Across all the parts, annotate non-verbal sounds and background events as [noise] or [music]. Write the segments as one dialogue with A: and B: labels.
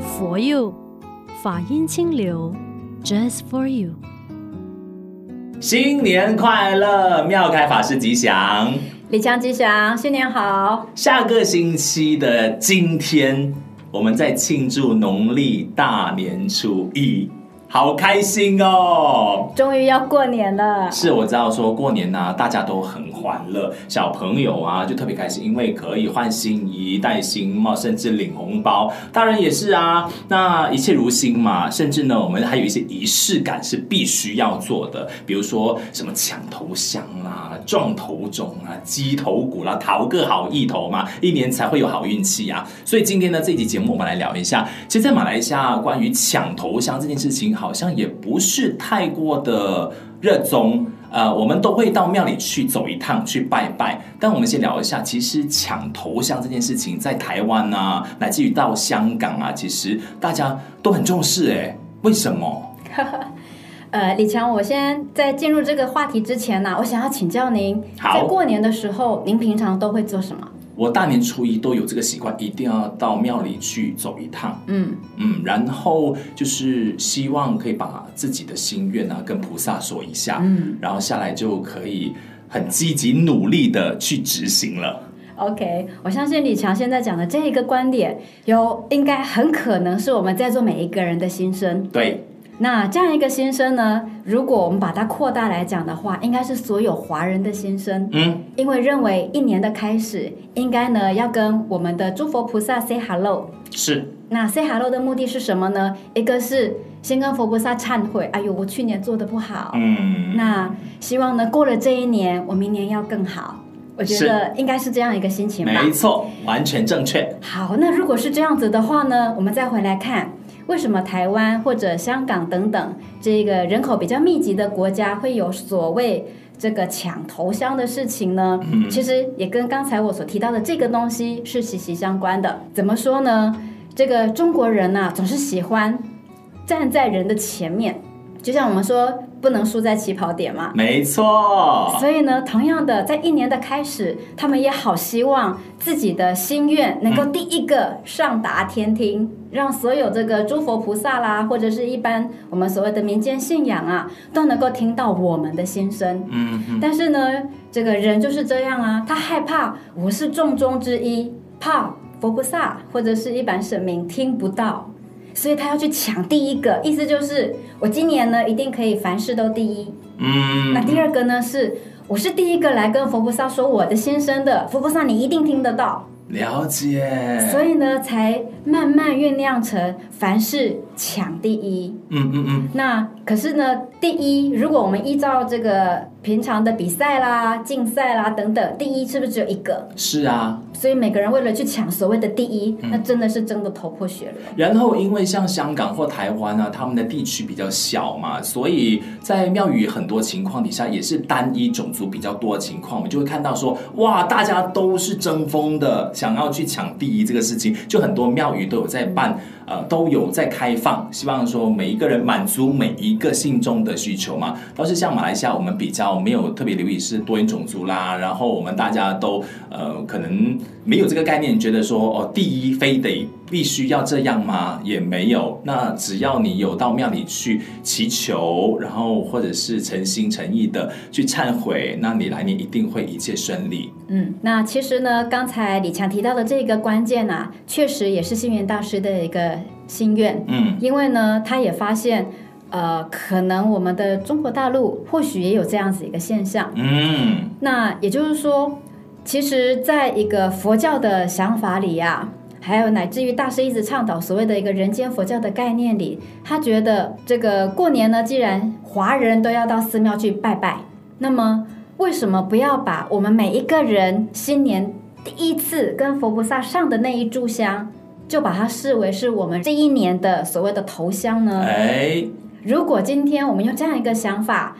A: for you，法音清流，just for you。
B: 新年快乐，妙凯法师吉祥！
C: 李强吉祥，新年好！
B: 下个星期的今天，我们在庆祝农历大年初一，好开心哦！
C: 终于要过年了，
B: 是我知道说过年呐、大家都很欢乐，小朋友啊就特别开心，因为可以换新衣、戴新帽，甚至领红包。大人也是啊，那一切如新嘛。甚至呢，我们还有一些仪式感是必须要做的，比如说什么抢头香啦、撞头钟啊、鸡头骨啦、讨个好意头嘛，一年才会有好运气啊。所以今天呢，这期节目我们来聊一下，其实，在马来西亚关于抢头香这件事情，好像也不是太过的。热衷，呃，我们都会到庙里去走一趟，去拜拜。但我们先聊一下，其实抢头香这件事情，在台湾啊，乃至于到香港啊，其实大家都很重视、诶，哎，为什么？
C: 呃，李强，我先在进入这个话题之前呢、我想要请教您，
B: 好
C: 在过年的时候，您平常都会做什么？
B: 我大年初一都有这个习惯，一定要到庙里去走一趟，
C: 嗯，
B: 嗯，然后就是希望可以把自己的心愿啊跟菩萨说一下，嗯，然后下来就可以很积极努力的去执行了。
C: OK，我相信李强现在讲的这一个观点，有应该很可能是我们在座每一个人的心声。
B: 对，
C: 那这样一个心声呢，如果我们把它扩大来讲的话，应该是所有华人的心声，
B: 嗯，
C: 因为认为一年的开始，应该呢要跟我们的诸佛菩萨 say hello。
B: 是。
C: 那 say hello 的目的是什么呢？一个是先跟佛菩萨忏悔，哎呦，我去年做的不好，
B: 嗯，
C: 那希望呢过了这一年，我明年要更好。我觉得应该是这样一个心情吧。
B: 没错，完全正确。
C: 好，那如果是这样子的话呢，我们再回来看，为什么台湾或者香港等等这个人口比较密集的国家会有所谓这个抢头香的事情呢？其实也跟刚才我所提到的这个东西是息息相关的。怎么说呢？这个中国人呐、总是喜欢站在人的前面，就像我们说不能输在起跑点嘛。
B: 没错，
C: 所以呢，同样的，在一年的开始，他们也好希望自己的心愿能够第一个上达天庭，让所有这个诸佛菩萨啦，或者是一般我们所谓的民间信仰啊，都能够听到我们的心声。
B: 嗯，嗯
C: 但是呢，这个人就是这样啊，他害怕我是众中之一，怕佛菩萨或者是一般神明听不到，所以他要去抢第一个，意思就是我今年呢一定可以凡事都第一。
B: 嗯，
C: 那第二个呢是，我是第一个来跟佛菩萨说我的心声的，佛菩萨你一定听得到，
B: 了解，
C: 所以呢才慢慢酝酿成凡事抢第一。
B: 嗯嗯嗯，
C: 那可是呢，第一，如果我们依照这个平常的比赛啦、竞赛啦等等，第一是不是只有一个？
B: 是啊。
C: 所以每个人为了去抢所谓的第一，
B: 嗯
C: 那真的是争得头破血流。
B: 然后因为像香港或台湾啊，他们的地区比较小嘛，所以在庙宇很多情况底下也是单一种族比较多的情况，我们就会看到说，哇，大家都是争锋的，想要去抢第一这个事情，就很多庙宇都有在办，呃，都有在开放，希望说每一个人满足每一个信众的需求嘛。倒是像马来西亚，我们比较没有特别留意是多元种族啦，然后我们大家都呃可能没有这个概念，觉得说哦，第一非得必须要这样吗？也没有。那只要你有到庙里去祈求，然后或者是诚心诚意的去忏悔，那你来年一定会一切顺利。
C: 嗯，那其实呢，刚才李强提到的这个关键啊，确实也是星云大师的一个心愿。
B: 嗯，
C: 因为呢，他也发现，呃，可能我们的中国大陆或许也有这样子一个现象。
B: 嗯，
C: 那也就是说，其实在一个佛教的想法里呀、还有乃至于大师一直倡导所谓的一个人间佛教的概念里，他觉得这个过年呢，既然华人都要到寺庙去拜拜，那么为什么不要把我们每一个人新年第一次跟佛菩萨上的那一炷香，就把它视为是我们这一年的所谓的头香呢？
B: 哎，
C: 如果今天我们用这样一个想法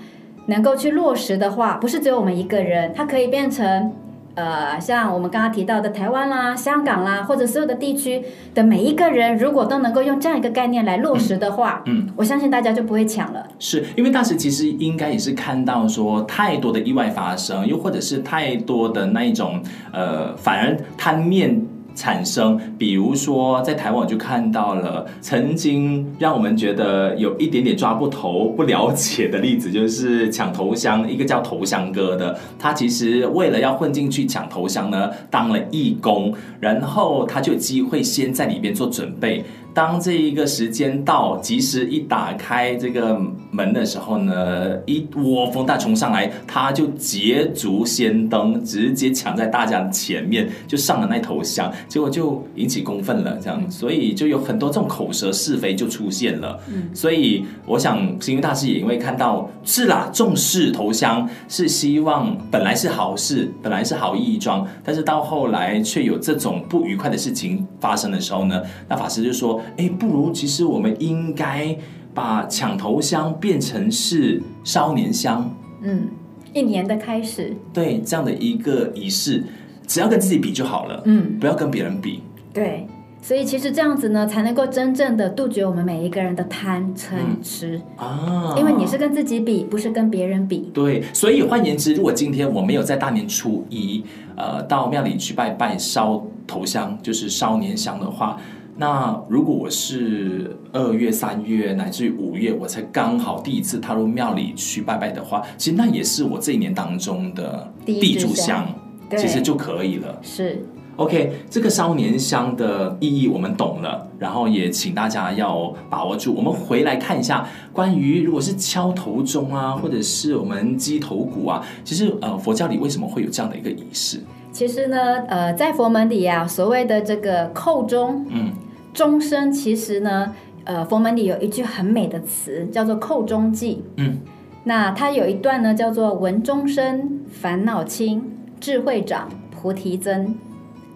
C: 能够去落实的话，不是只有我们一个人，它可以变成。呃，像我们刚刚提到的台湾啦、香港啦，或者所有的地区的每一个人，如果都能够用这样一个概念来落实的话，
B: 嗯，
C: 我相信大家就不会抢了。
B: 是因为当时其实应该也是看到说太多的意外发生，又或者是太多的那一种呃，反而贪念。产生。比如说，在台湾我就看到了曾经让我们觉得有一点点抓不头、不了解的例子，就是抢头香，一个叫头香哥的，他其实为了要混进去抢头香呢，当了义工，然后他就有机会先在里边做准备。当这一个时间到，及时一打开这个门的时候呢，一窝蜂大冲上来，他就捷足先登，直接抢在大家前面就上了那头香，结果就引起公愤了，这样，所以就有很多这种口舌是非就出现了。所以我想，星云大师也因为看到是啦，重视投香是希望本来是好事，本来是好义庄，但是到后来却有这种不愉快的事情发生的时候呢，那法师就说：“哎，不如其实我们应该把抢头香变成是烧年香，
C: 嗯，一年的开始，
B: 对这样的一个仪式，只要跟自己比就好了，
C: 嗯，
B: 不要跟别人比。
C: 对，所以其实这样子呢，才能够真正的杜绝我们每一个人的贪嗔痴，
B: 啊，
C: 因为你是跟自己比，不是跟别人比。
B: 对，所以换言之，如果今天我没有在大年初一，呃，到庙里去拜拜烧头香，就是烧年香的话，那如果我是二月、三月乃至于五月，我才刚好第一次踏入庙里去拜拜的话，其实那也是我这一年当中的
C: 第一支
B: 炷
C: 香
B: 香，
C: 对
B: 其实就可以了。
C: 是，
B: OK，这个烧年香的意义我们懂了，然后也请大家要把握住。我们回来看一下，关于如果是敲头钟啊，或者是我们击头鼓啊，其实呃佛教里为什么会有这样的一个仪式？
C: 其实呢，呃，在佛门里啊，所谓的这个叩钟、
B: 嗯，
C: 钟声，其实呢，呃，佛门里有一句很美的词，叫做“叩钟记”。
B: 嗯，
C: 那它有一段呢，叫做“闻钟声，烦恼轻，智慧长，菩提增”。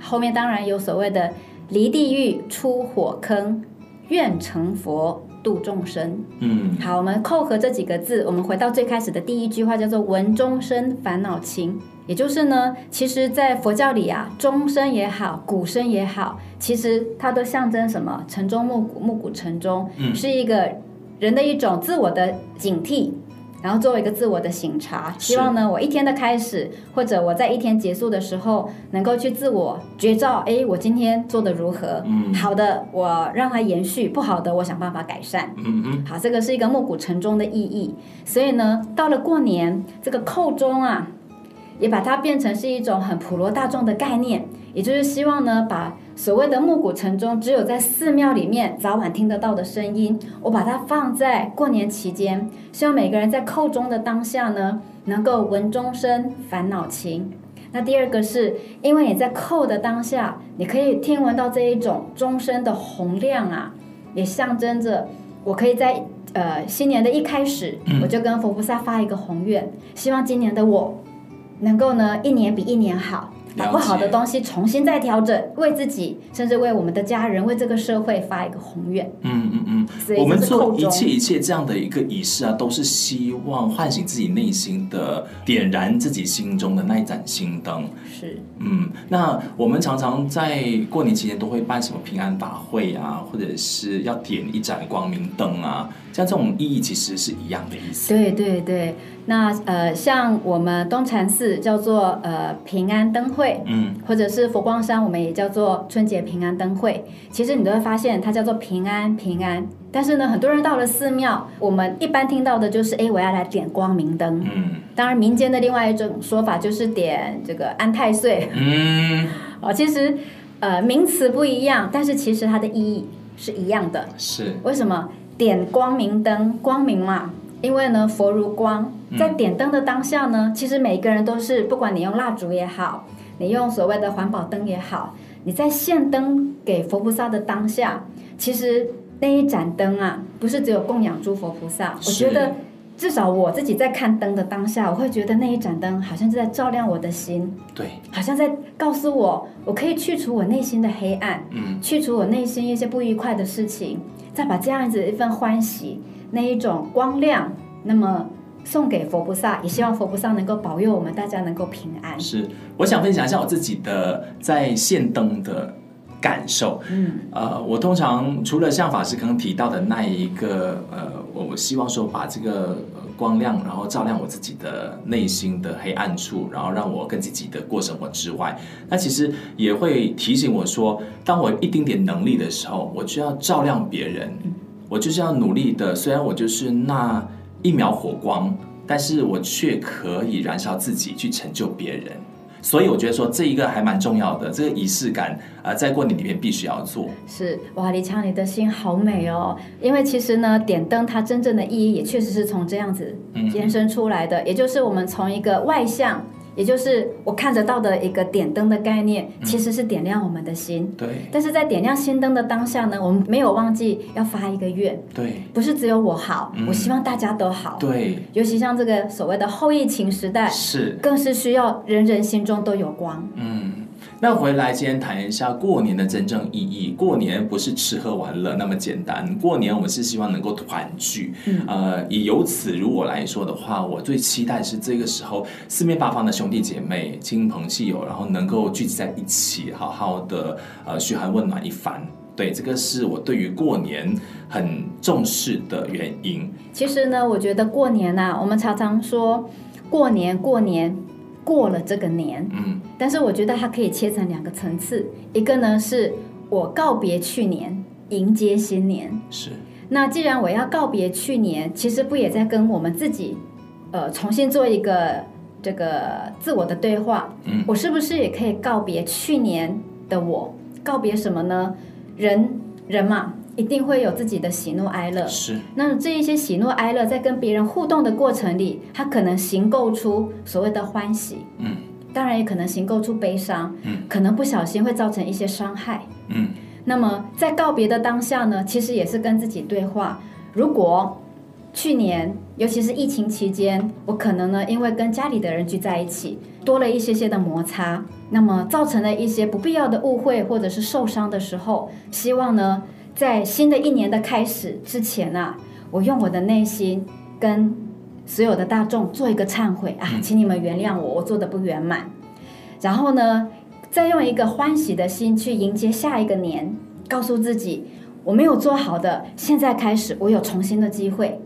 C: 后面当然有所谓的“离地狱出火坑，愿成佛度众生”。
B: 嗯
C: 好，我们扣合这几个字，我们回到最开始的第一句话，叫做“闻钟声，烦恼轻”。也就是呢，其实，在佛教里啊，钟声也好，鼓声也好，其实它都象征什么？晨钟暮鼓，暮鼓晨钟，
B: 嗯
C: 是一个人的一种自我的警惕，然后作为一个自我的醒察。希望呢，我一天的开始，或者我在一天结束的时候，能够去自我觉照，诶，我今天做的如何？
B: 嗯
C: 好的，我让它延续；不好的，我想办法改善。
B: 嗯嗯，
C: 好，这个是一个暮鼓晨钟的意义。所以呢，到了过年，这个扣钟啊，也把它变成是一种很普罗大众的概念，也就是希望呢，把所谓的暮鼓晨钟，只有在寺庙里面早晚听得到的声音，我把它放在过年期间，希望每个人在扣钟的当下呢，能够闻钟声，烦恼情。那第二个是因为你在扣的当下，你可以听闻到这一种钟声的洪亮啊，也象征着我可以在呃新年的一开始，
B: 嗯
C: 我就跟佛菩萨发一个宏愿，希望今年的我能够呢一年比一年好，把
B: 了
C: 不好的
B: 解
C: 东西重新再调整，为自己，甚至为我们的家人，为这个社会发一个宏愿。
B: 嗯嗯嗯，
C: 所以
B: 我们
C: 这是扣
B: 做一
C: 钟
B: 切一切这样的一个仪式啊，都是希望唤醒自己内心的，点燃自己心中的那一盏心灯。
C: 是
B: 嗯，那我们常常在过年期间都会办什么平安法会啊，或者是要点一盏光明灯啊，像这种意义其实是一样的意思。
C: 对对对，那呃，像我们东禅寺叫做呃平安灯会，
B: 嗯
C: 或者是佛光山，我们也叫做春节平安灯会。其实你都会发现，它叫做平安平安。但是呢，很多人到了寺庙，我们一般听到的就是，哎，我要来点光明灯。
B: 嗯
C: 当然，民间的另外一种说法就是点这个安太岁。
B: 嗯，
C: 哦，其实呃名词不一样，但是其实它的意义是一样的。
B: 是
C: 为什么点光明灯？光明嘛，因为呢，佛如光，在点灯的当下呢，其实每一个人都是，不管你用蜡烛也好，你用所谓的环保灯也好，你在献灯给佛菩萨的当下，其实那一盏灯啊，不是只有供养诸佛菩萨，我
B: 是
C: 觉得。至少我自己在看灯的当下，我会觉得那一盏灯好像是在照亮我的心，
B: 对，
C: 好像在告诉我，我可以去除我内心的黑暗，
B: 嗯
C: 去除我内心一些不愉快的事情，再把这样子一份欢喜，那一种光亮，那么送给佛菩萨，也希望佛菩萨能够保佑我们大家能够平安。
B: 是。我想分享一下我自己的在献灯的感受。
C: 嗯，
B: 呃，我通常除了像法师刚刚提到的那一个，呃，我我希望说把这个呃光亮，然后照亮我自己的内心的黑暗处，然后让我更积极的过生活之外，那其实也会提醒我说，当我有一丁点能力的时候，我就要照亮别人，我就是要努力的。虽然我就是那一秒火光，但是我却可以燃烧自己去成就别人。所以我觉得说这一个还蛮重要的，这个仪式感啊、呃在过年里面必须要做。
C: 是哇，李强，你的心好美哦！因为其实呢，点灯它真正的意义也确实是从这样子延伸出来的，也就是我们从一个外向，也就是我看得到的一个点灯的概念，其实是点亮我们的心。
B: 对
C: 但是在点亮心灯的当下呢，我们没有忘记要发一个愿，
B: 对
C: 不是只有我好，
B: 嗯
C: 我希望大家都好。，
B: 对，
C: 尤其像这个所谓的后疫情时代，
B: 是
C: 更是需要人人心中都有光。
B: 嗯。那回来今天谈一下过年的真正意义。过年不是吃喝玩乐那么简单，过年我们是希望能够团聚。
C: 嗯
B: 呃，以由此如我来说的话，我最期待是这个时候四面八方的兄弟姐妹、亲朋戚友，然后能够聚集在一起，好好的呃嘘寒问暖一番。对，这个是我对于过年很重视的原因。
C: 其实呢，我觉得过年呐、我们常常说过年过年过了这个年，
B: 嗯
C: 但是我觉得它可以切成两个层次，一个呢是我告别去年，迎接新年。，
B: 是，
C: 那既然我要告别去年，其实不也在跟我们自己，呃，重新做一个这个自我的对话？
B: 嗯
C: 我是不是也可以告别去年的我？告别什么呢？人人嘛，一定会有自己的喜怒哀乐。
B: 是，
C: 那这一些喜怒哀乐，在跟别人互动的过程里，他可能形构出所谓的欢喜，
B: 嗯
C: 当然也可能形构出悲伤，
B: 嗯
C: 可能不小心会造成一些伤害。
B: 嗯
C: 那么在告别的当下呢，其实也是跟自己对话。如果去年，尤其是疫情期间，我可能呢，因为跟家里的人聚在一起，多了一些些的摩擦，那么造成了一些不必要的误会或者是受伤的时候，希望呢，在新的一年的开始之前啊，我用我的内心跟所有的大众做一个忏悔啊，请你们原谅我，我做的不圆满。然后呢，再用一个欢喜的心去迎接下一个年，告诉自己，我没有做好的，现在开始我有重新的机会，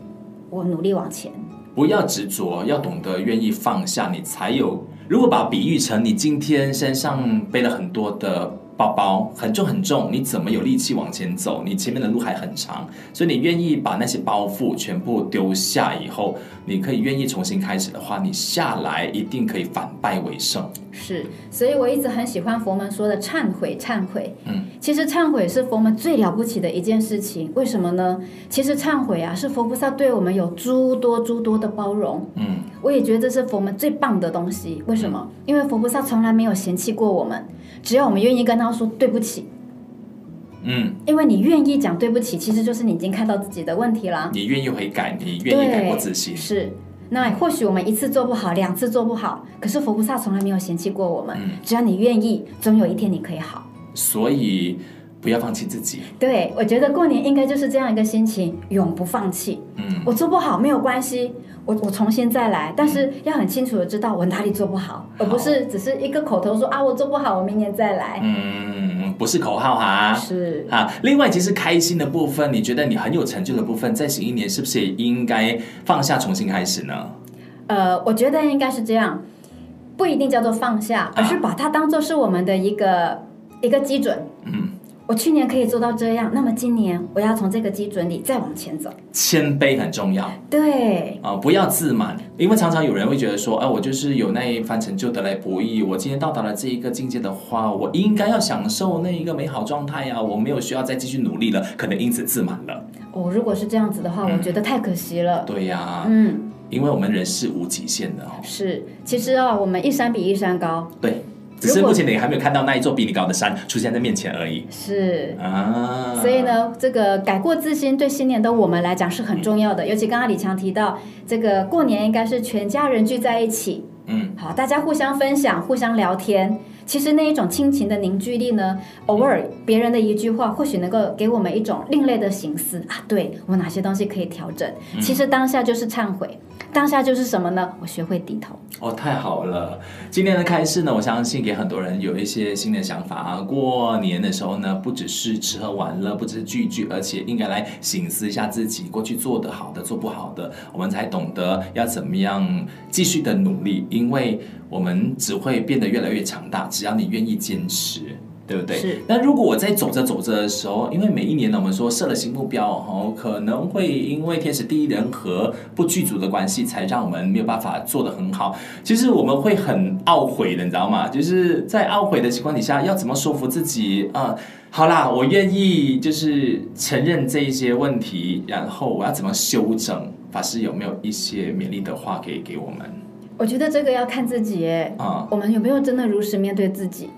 C: 我努力往前。
B: 不要执着，要懂得愿意放下，你才有。如果把比喻成你今天身上背了很多的包包，很重很重，你怎么有力气往前走？你前面的路还很长，所以你愿意把那些包袱全部丢下以后，你可以愿意重新开始的话，你下来一定可以反败为胜。
C: 是，所以我一直很喜欢佛门说的忏悔，忏悔。
B: 嗯，
C: 其实忏悔是佛门最了不起的一件事情，为什么呢？其实忏悔啊，是佛菩萨对我们有诸多诸多的包容。
B: 嗯，
C: 我也觉得这是佛门最棒的东西。为什么？因为佛菩萨从来没有嫌弃过我们，只要我们愿意跟他说对不起，
B: 嗯，
C: 因为你愿意讲对不起，其实就是你已经看到自己的问题啦。
B: 嗯你愿意悔改，你
C: 对，
B: 愿意改过自新。
C: 是。那或许我们一次做不好，两次做不好，可是佛菩萨从来没有嫌弃过我
B: 嗯
C: 们。只要你愿意，总有一天你可以好。
B: 所以不要放弃自己。
C: 对，我觉得过年应该就是这样一个心情，永不放弃。
B: 嗯，
C: 我做不好没有关系，我我重新再来，但是要很清楚的知道我哪里做不好，而不是只是一个口头说啊我做不好，我明年再来。
B: 嗯，不是口号哈、
C: 是，
B: 啊，另外，其实开心的部分，你觉得你很有成就的部分，在新一年是不是也应该放下，重新开始呢？
C: 呃，我觉得应该是这样，不一定叫做放下，而是把它当做是我们的一个一个基准。
B: 嗯，
C: 我去年可以做到这样，那么今年我要从这个基准里再往前走。
B: 谦卑很重要啊、
C: 对，
B: 不要自满，因为常常有人会觉得说，哎、我就是有那一番成就得来不易，我今天到达了这一个境界的话，我应该要享受那一个美好状态呀、我没有需要再继续努力了，可能因此自满了。
C: 哦，如果是这样子的话，我觉得太可惜了。
B: 对呀、
C: 嗯。
B: 因为我们人是无极限的哦。
C: 是，其实啊、我们一山比一山高，
B: 对，只是
C: 如果
B: 目前你还没有看到那一座比你高的山出现在面前而已
C: 是。
B: 啊。
C: 所以，呢，这个改过自新对新年的我们来讲是很重要的。尤其刚刚李强提到，这个过年应该是全家人聚在一起，
B: 嗯
C: 好，大家互相分享、互相聊天。其实那一种亲情的凝聚力呢，偶尔别人的一句话，或许能够给我们一种另类的形思啊，对我哪些东西可以调整。
B: 嗯
C: 其实当下就是忏悔，当下就是什么呢？我学会低头。
B: 哦，太好了！今天的开市呢，我相信给很多人有一些新的想法啊。过年的时候呢，不只是吃喝玩乐，不只是聚一聚，而且应该来醒思一下自己过去做的好的、做不好的，我们才懂得要怎么样继续的努力，因为我们只会变得越来越强大，只要你愿意坚持。对不对？
C: 是。
B: 那如果我在走着走着的时候，因为每一年呢，我们说设了新目标哦，可能会因为天时地利人和不具足的关系，才让我们没有办法做得很好。其实我们会很懊悔的，你知道吗？就是在懊悔的情况底下，要怎么说服自己啊、好啦，我愿意就是承认这一些问题，然后我要怎么修正？法师有没有一些勉励的话可以给我们
C: 我觉得这个要看自己耶，
B: 啊？
C: 我们有没有真的如实面对自己？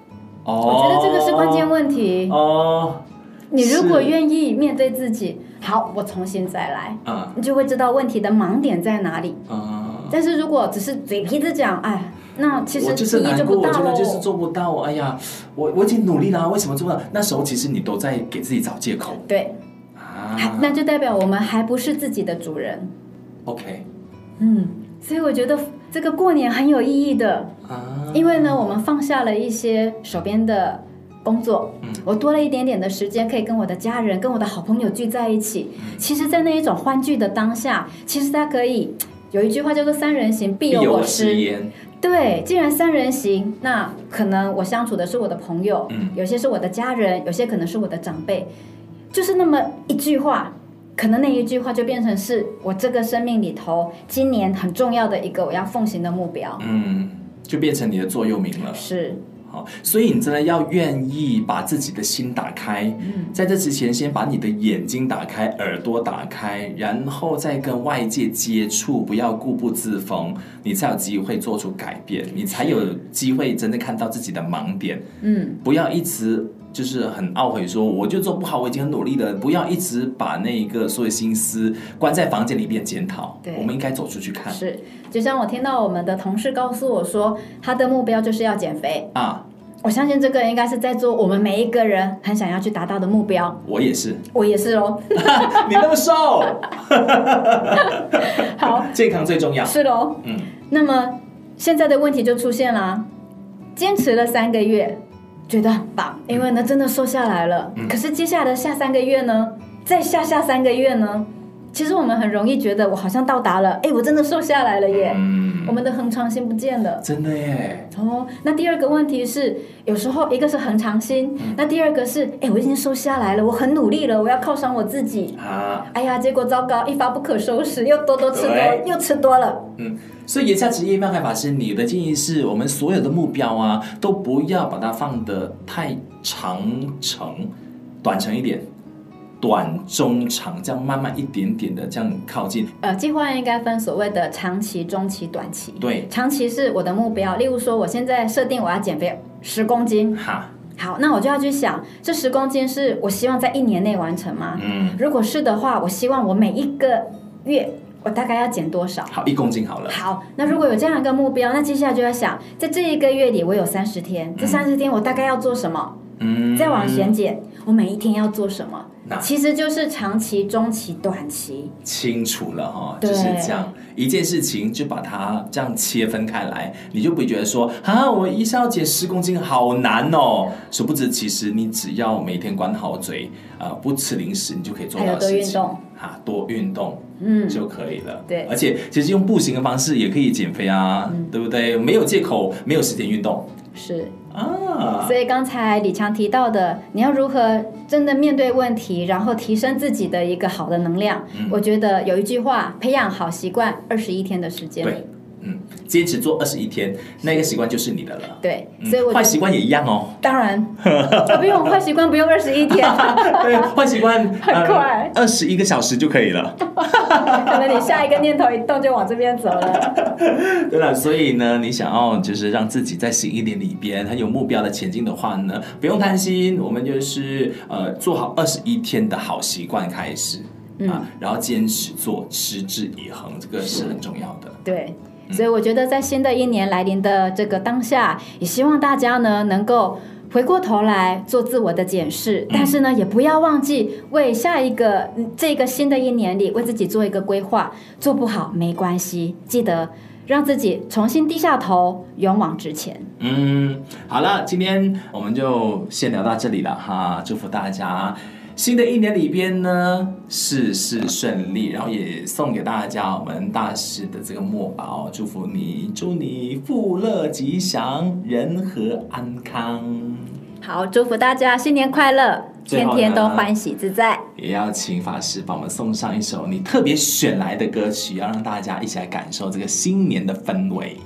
B: 哦，
C: 我觉得这个是关键问题。
B: 哦，
C: 你如果
B: 是
C: 愿意面对自己，好，我重新再来，
B: 嗯
C: 你就会知道问题的盲点在哪里。
B: 嗯。
C: 但是如果只是嘴皮子讲，哎，那其实
B: 我就是
C: 意义
B: 难
C: 就
B: 过，
C: 不
B: 我
C: 大
B: 真的就是
C: 喽。
B: 做不到。哎呀，我我已经努力啦，为什么做不到？那时候其实你都在给自己找借口
C: 对，
B: 啊。
C: 那就代表我们还不是自己的主人。
B: OK
C: 嗯，所以我觉得这个过年很有意义的，
B: 啊，
C: 因为呢，我们放下了一些手边的工作，
B: 嗯
C: 我多了一点点的时间，可以跟我的家人、跟我的好朋友聚在一起。其实，在那一种欢聚的当下，其实它可以有一句话叫做“三人行，必有
B: 有
C: 我
B: 我
C: 师
B: 师”。焉。
C: 对，既然三人行，那可能我相处的是我的朋友，
B: 嗯
C: 有些是我的家人，有些可能是我的长辈，就是那么一句话，可能那一句话就变成是我这个生命里头今年很重要的一个我要奉行的目标。
B: 嗯，就变成你的座右铭了。
C: 是，
B: 好，所以你真的要愿意把自己的心打开，
C: 嗯
B: 在这之前先把你的眼睛打开，耳朵打开，然后再跟外界接触，不要固步自封，你才有机会做出改变，你才有机会真的看到自己的盲点。
C: 嗯，
B: 不要一直就是很懊悔说我就做不好，我已经很努力了。不要一直把那一个所有心思关在房间里面检讨
C: 对，
B: 我们应该走出去看
C: 是。就像我听到我们的同事告诉我说，他的目标就是要减肥，
B: 啊！
C: 我相信这个应该是在做我们每一个人很想要去达到的目标。
B: 我也是， [laughs]
C: 我也是哦，
B: 你那么瘦，
C: 好，
B: 健康最重
C: [laughs]
B: 要。
C: 是喽。
B: 嗯，
C: 那么现在的问题就出现了啊，坚持了三个月，觉得很棒，
B: 嗯
C: 因为呢真的瘦下来了。可是接下来的下三个月呢，再下下三个月呢，其实我们很容易觉得我好像到达了，哎，我真的瘦下来了耶，
B: 嗯
C: 我，们的恒常心不见了。
B: 真的耶，
C: 哦，那第二个问题是，有时候一个是恒常心，那第二个是，哎，我已经瘦下来了，我很努力了，我要犒赏我自己。
B: 啊，
C: 哎呀，结果糟糕，一发不可收拾，又多多吃多
B: 对，
C: 又吃多了。
B: 嗯。所以言下之意，妙凯法师，你的建议是我们所有的目标啊，都不要把它放得太长程，短程一点，短中长，这样慢慢一点点的这样靠近。
C: 呃，计划应该分所谓的长期、中期、短期。
B: 对，
C: 长期是我的目标，例如说，我现在设定我要减肥十公斤，
B: 哈，
C: 好，那我就要去想，这十公斤是我希望在一年内完成吗？
B: 嗯，
C: 如果是的话，我希望我每一个月我大概要减多少？
B: 好，一公斤好了。
C: [laughs] 好，那如果有这样一个目标，那接下来就要想，在这一个月里，我有三十天，这三十天我大概要做什么？
B: 嗯，
C: 再往前减，我每一天要做什么
B: 那？
C: 其实就是长期、中期、短期。
B: 清楚了哈、
C: 对
B: 就是这样一件事情就把它这样切分开来，你就不会觉得说啊，我一下要减十公斤好难哦。殊不知，其实你只要每天管好嘴，呃，不吃零食，你就可以做
C: 还
B: 到
C: 有
B: 的事
C: 多运
B: 情。
C: 动
B: 啊，多运动，
C: 嗯
B: 就可以了。
C: 对嗯
B: 而且其实用步行的方式也可以减肥啊，对不对？没有借口，没有时间运动
C: 是。
B: 啊
C: 所。以刚才李强提到的，你要如何真的面对问题，然后提升自己的一个好的能量，
B: 嗯
C: 我觉得有一句话，培养好习惯二十一天的时间。
B: 对，嗯，坚持做二十一天，那个习惯就是你的了。
C: 对
B: 嗯
C: 所以我
B: 坏
C: 觉得
B: 习惯也一样哦。
C: 当然，
B: [laughs]
C: 啊不用坏习惯不用二十一天， [laughs]
B: 对，坏习惯呃
C: 很快
B: 二十一个小时就可以了。
C: 可能你下一个念头一动就往这边走了。
B: 对了，所以呢，你想要就是让自己在新一年里边很有目标的前进的话呢，不用担心，我们就是呃做好二十一天的好习惯开
C: 嗯
B: 始。啊，然后坚持做，持之以恒，这个是很重要的。
C: 对。所以我觉得在新的一年来临的这个当下，也希望大家呢能够。回过头来做自我的检视，但是呢，也不要忘记为下一个嗯这个新的一年里为自己做一个规划。做不好没关系，记得让自己重新低下头，勇往直前。
B: 嗯，好了，今天我们就先聊到这里了哈，祝福大家。新的一年里边呢，事事顺利，然后也送给大家我们大师的这个墨宝，祝福你，祝你富乐吉祥，人和安康。
C: 好，祝福大家新年快乐，
B: 最
C: 天
B: 后呢
C: 天都欢喜自在。
B: 也要请法师帮我们送上一首你特别选来的歌曲，要让大家一起来感受这个新年的氛围。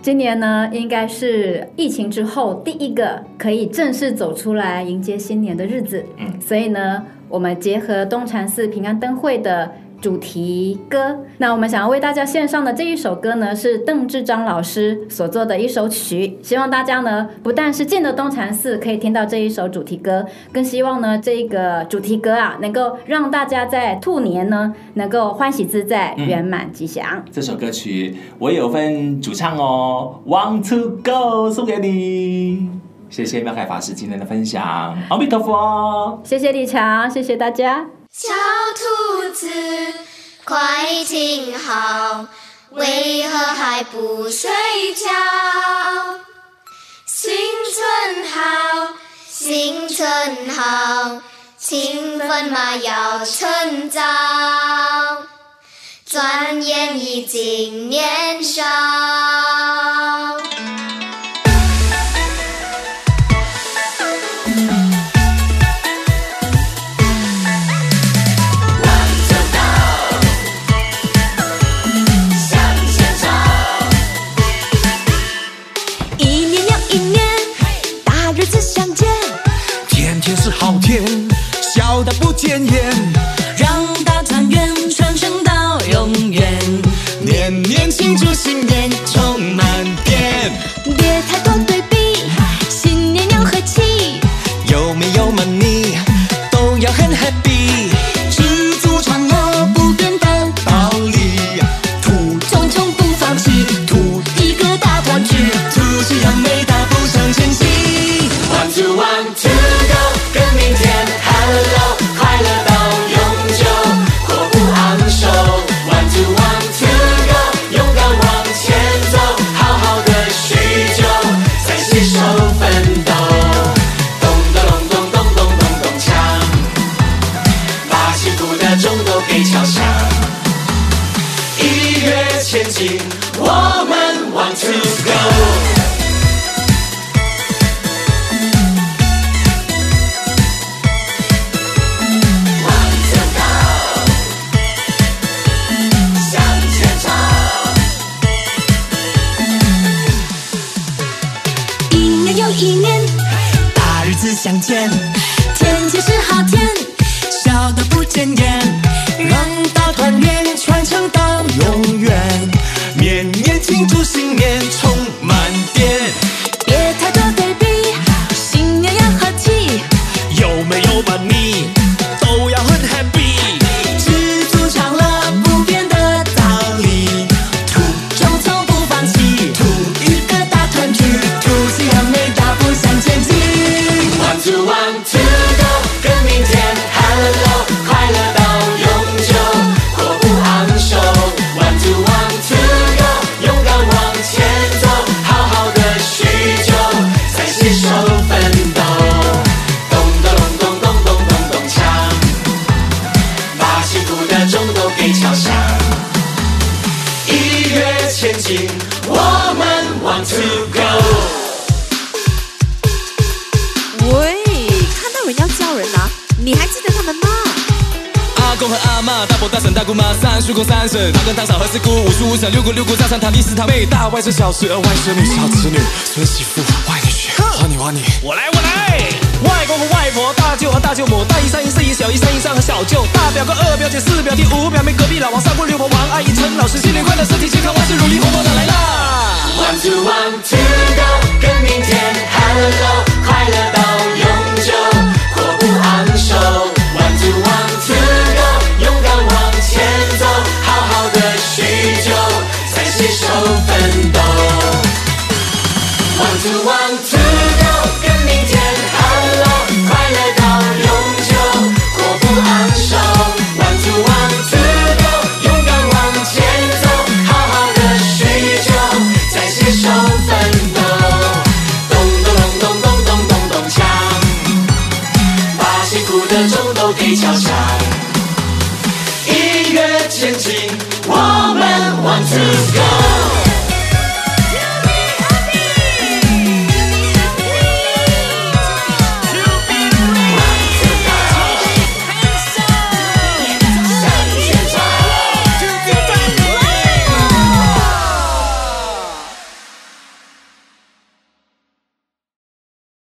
C: 今年呢，应该是疫情之后第一个可以正式走出来迎接新年的日子。
B: 嗯，
C: 所以呢，我们结合东禅寺平安灯会的主题歌，那我们想要为大家献上的这一首歌呢，是邓志章老师所做的一首曲。希望大家呢，不但是进了东禅寺可以听到这一首主题歌，更希望呢，这个主题歌啊，能够让大家在兔年呢，能够欢喜自在，
B: 嗯
C: 圆满吉祥。
B: 这首歌曲我有份主唱哦，One to Go 送给你。谢谢妙凯法师今天的分享，阿弥陀佛。
C: 谢谢李强，谢谢大家。
D: 小兔子，快听好，为何还不睡觉？新春好，新春好，勤奋嘛要趁早，转眼已经年少。
E: 一年又一年，大日子相见，
F: 天天是好天，笑到不见眼，
E: 让大团圆传承到永远。
F: 年年庆祝新年充满电，
E: 别太多对比，新年要和气，
F: 有没有 money 都要很 happy，知足常乐
E: 不变的
F: 道理，土
E: 冲冲不放弃，
F: 土
E: 一个大团聚。
F: 土气扬眉，大步向前行。One two one two go，跟明天 hello，快乐到永久，祸不昂首。One two one two go，勇敢往前走，好好的叙旧，再携手奋斗。咚咚咚咚咚咚咚咚锵，把幸福的钟都给敲响。一跃前进，我们 want to go。
E: 一年又一年，
F: 大日子相见，
E: 天气是好天，
F: 笑得不见眼，让大团圆传承到永远，年年庆祝新年充满电，
E: 别太多对比，新年要和气，
F: 有没有把你都要很 happy，知足常乐不变的道理，土
E: 冲冲不放弃，
F: 土一个大团聚，土气扬眉大步向前进，one two one two go，跟明天 hello，快乐到永久，阔步昂首，one two one two go，勇敢往前走，好好的叙旧，再携手奋斗，咚咚咚咚咚咚咚锵，把幸福的钟都给敲响。一跃前进，我们 want to go。
G: 喂，看到人要叫人啊，你还记得他们吗？
F: 阿公和阿妈，大伯大婶大姑妈，三叔公三婶，堂哥堂嫂和四姑，五叔五婶，六姑六姑丈三堂弟四堂妹，大外甥小侄儿外甥女小呃侄女，孙媳妇外女婿，花女花女，我来我来。外公和外婆，大舅和大舅母，大姨三姨四姨小姨三姨丈和小舅，大表哥二表姐四表弟五表妹，隔壁老王三姑六婆王阿姨陈老师，新年快乐，身体健康，万事如意，红包拿来啦！One two one two go，跟明天 hello，快乐到永久，阔步昂首。One two one two go，勇敢往前走，好好的叙旧，再携手奋
H: 走地球上，音乐前进，我们 One Two Go。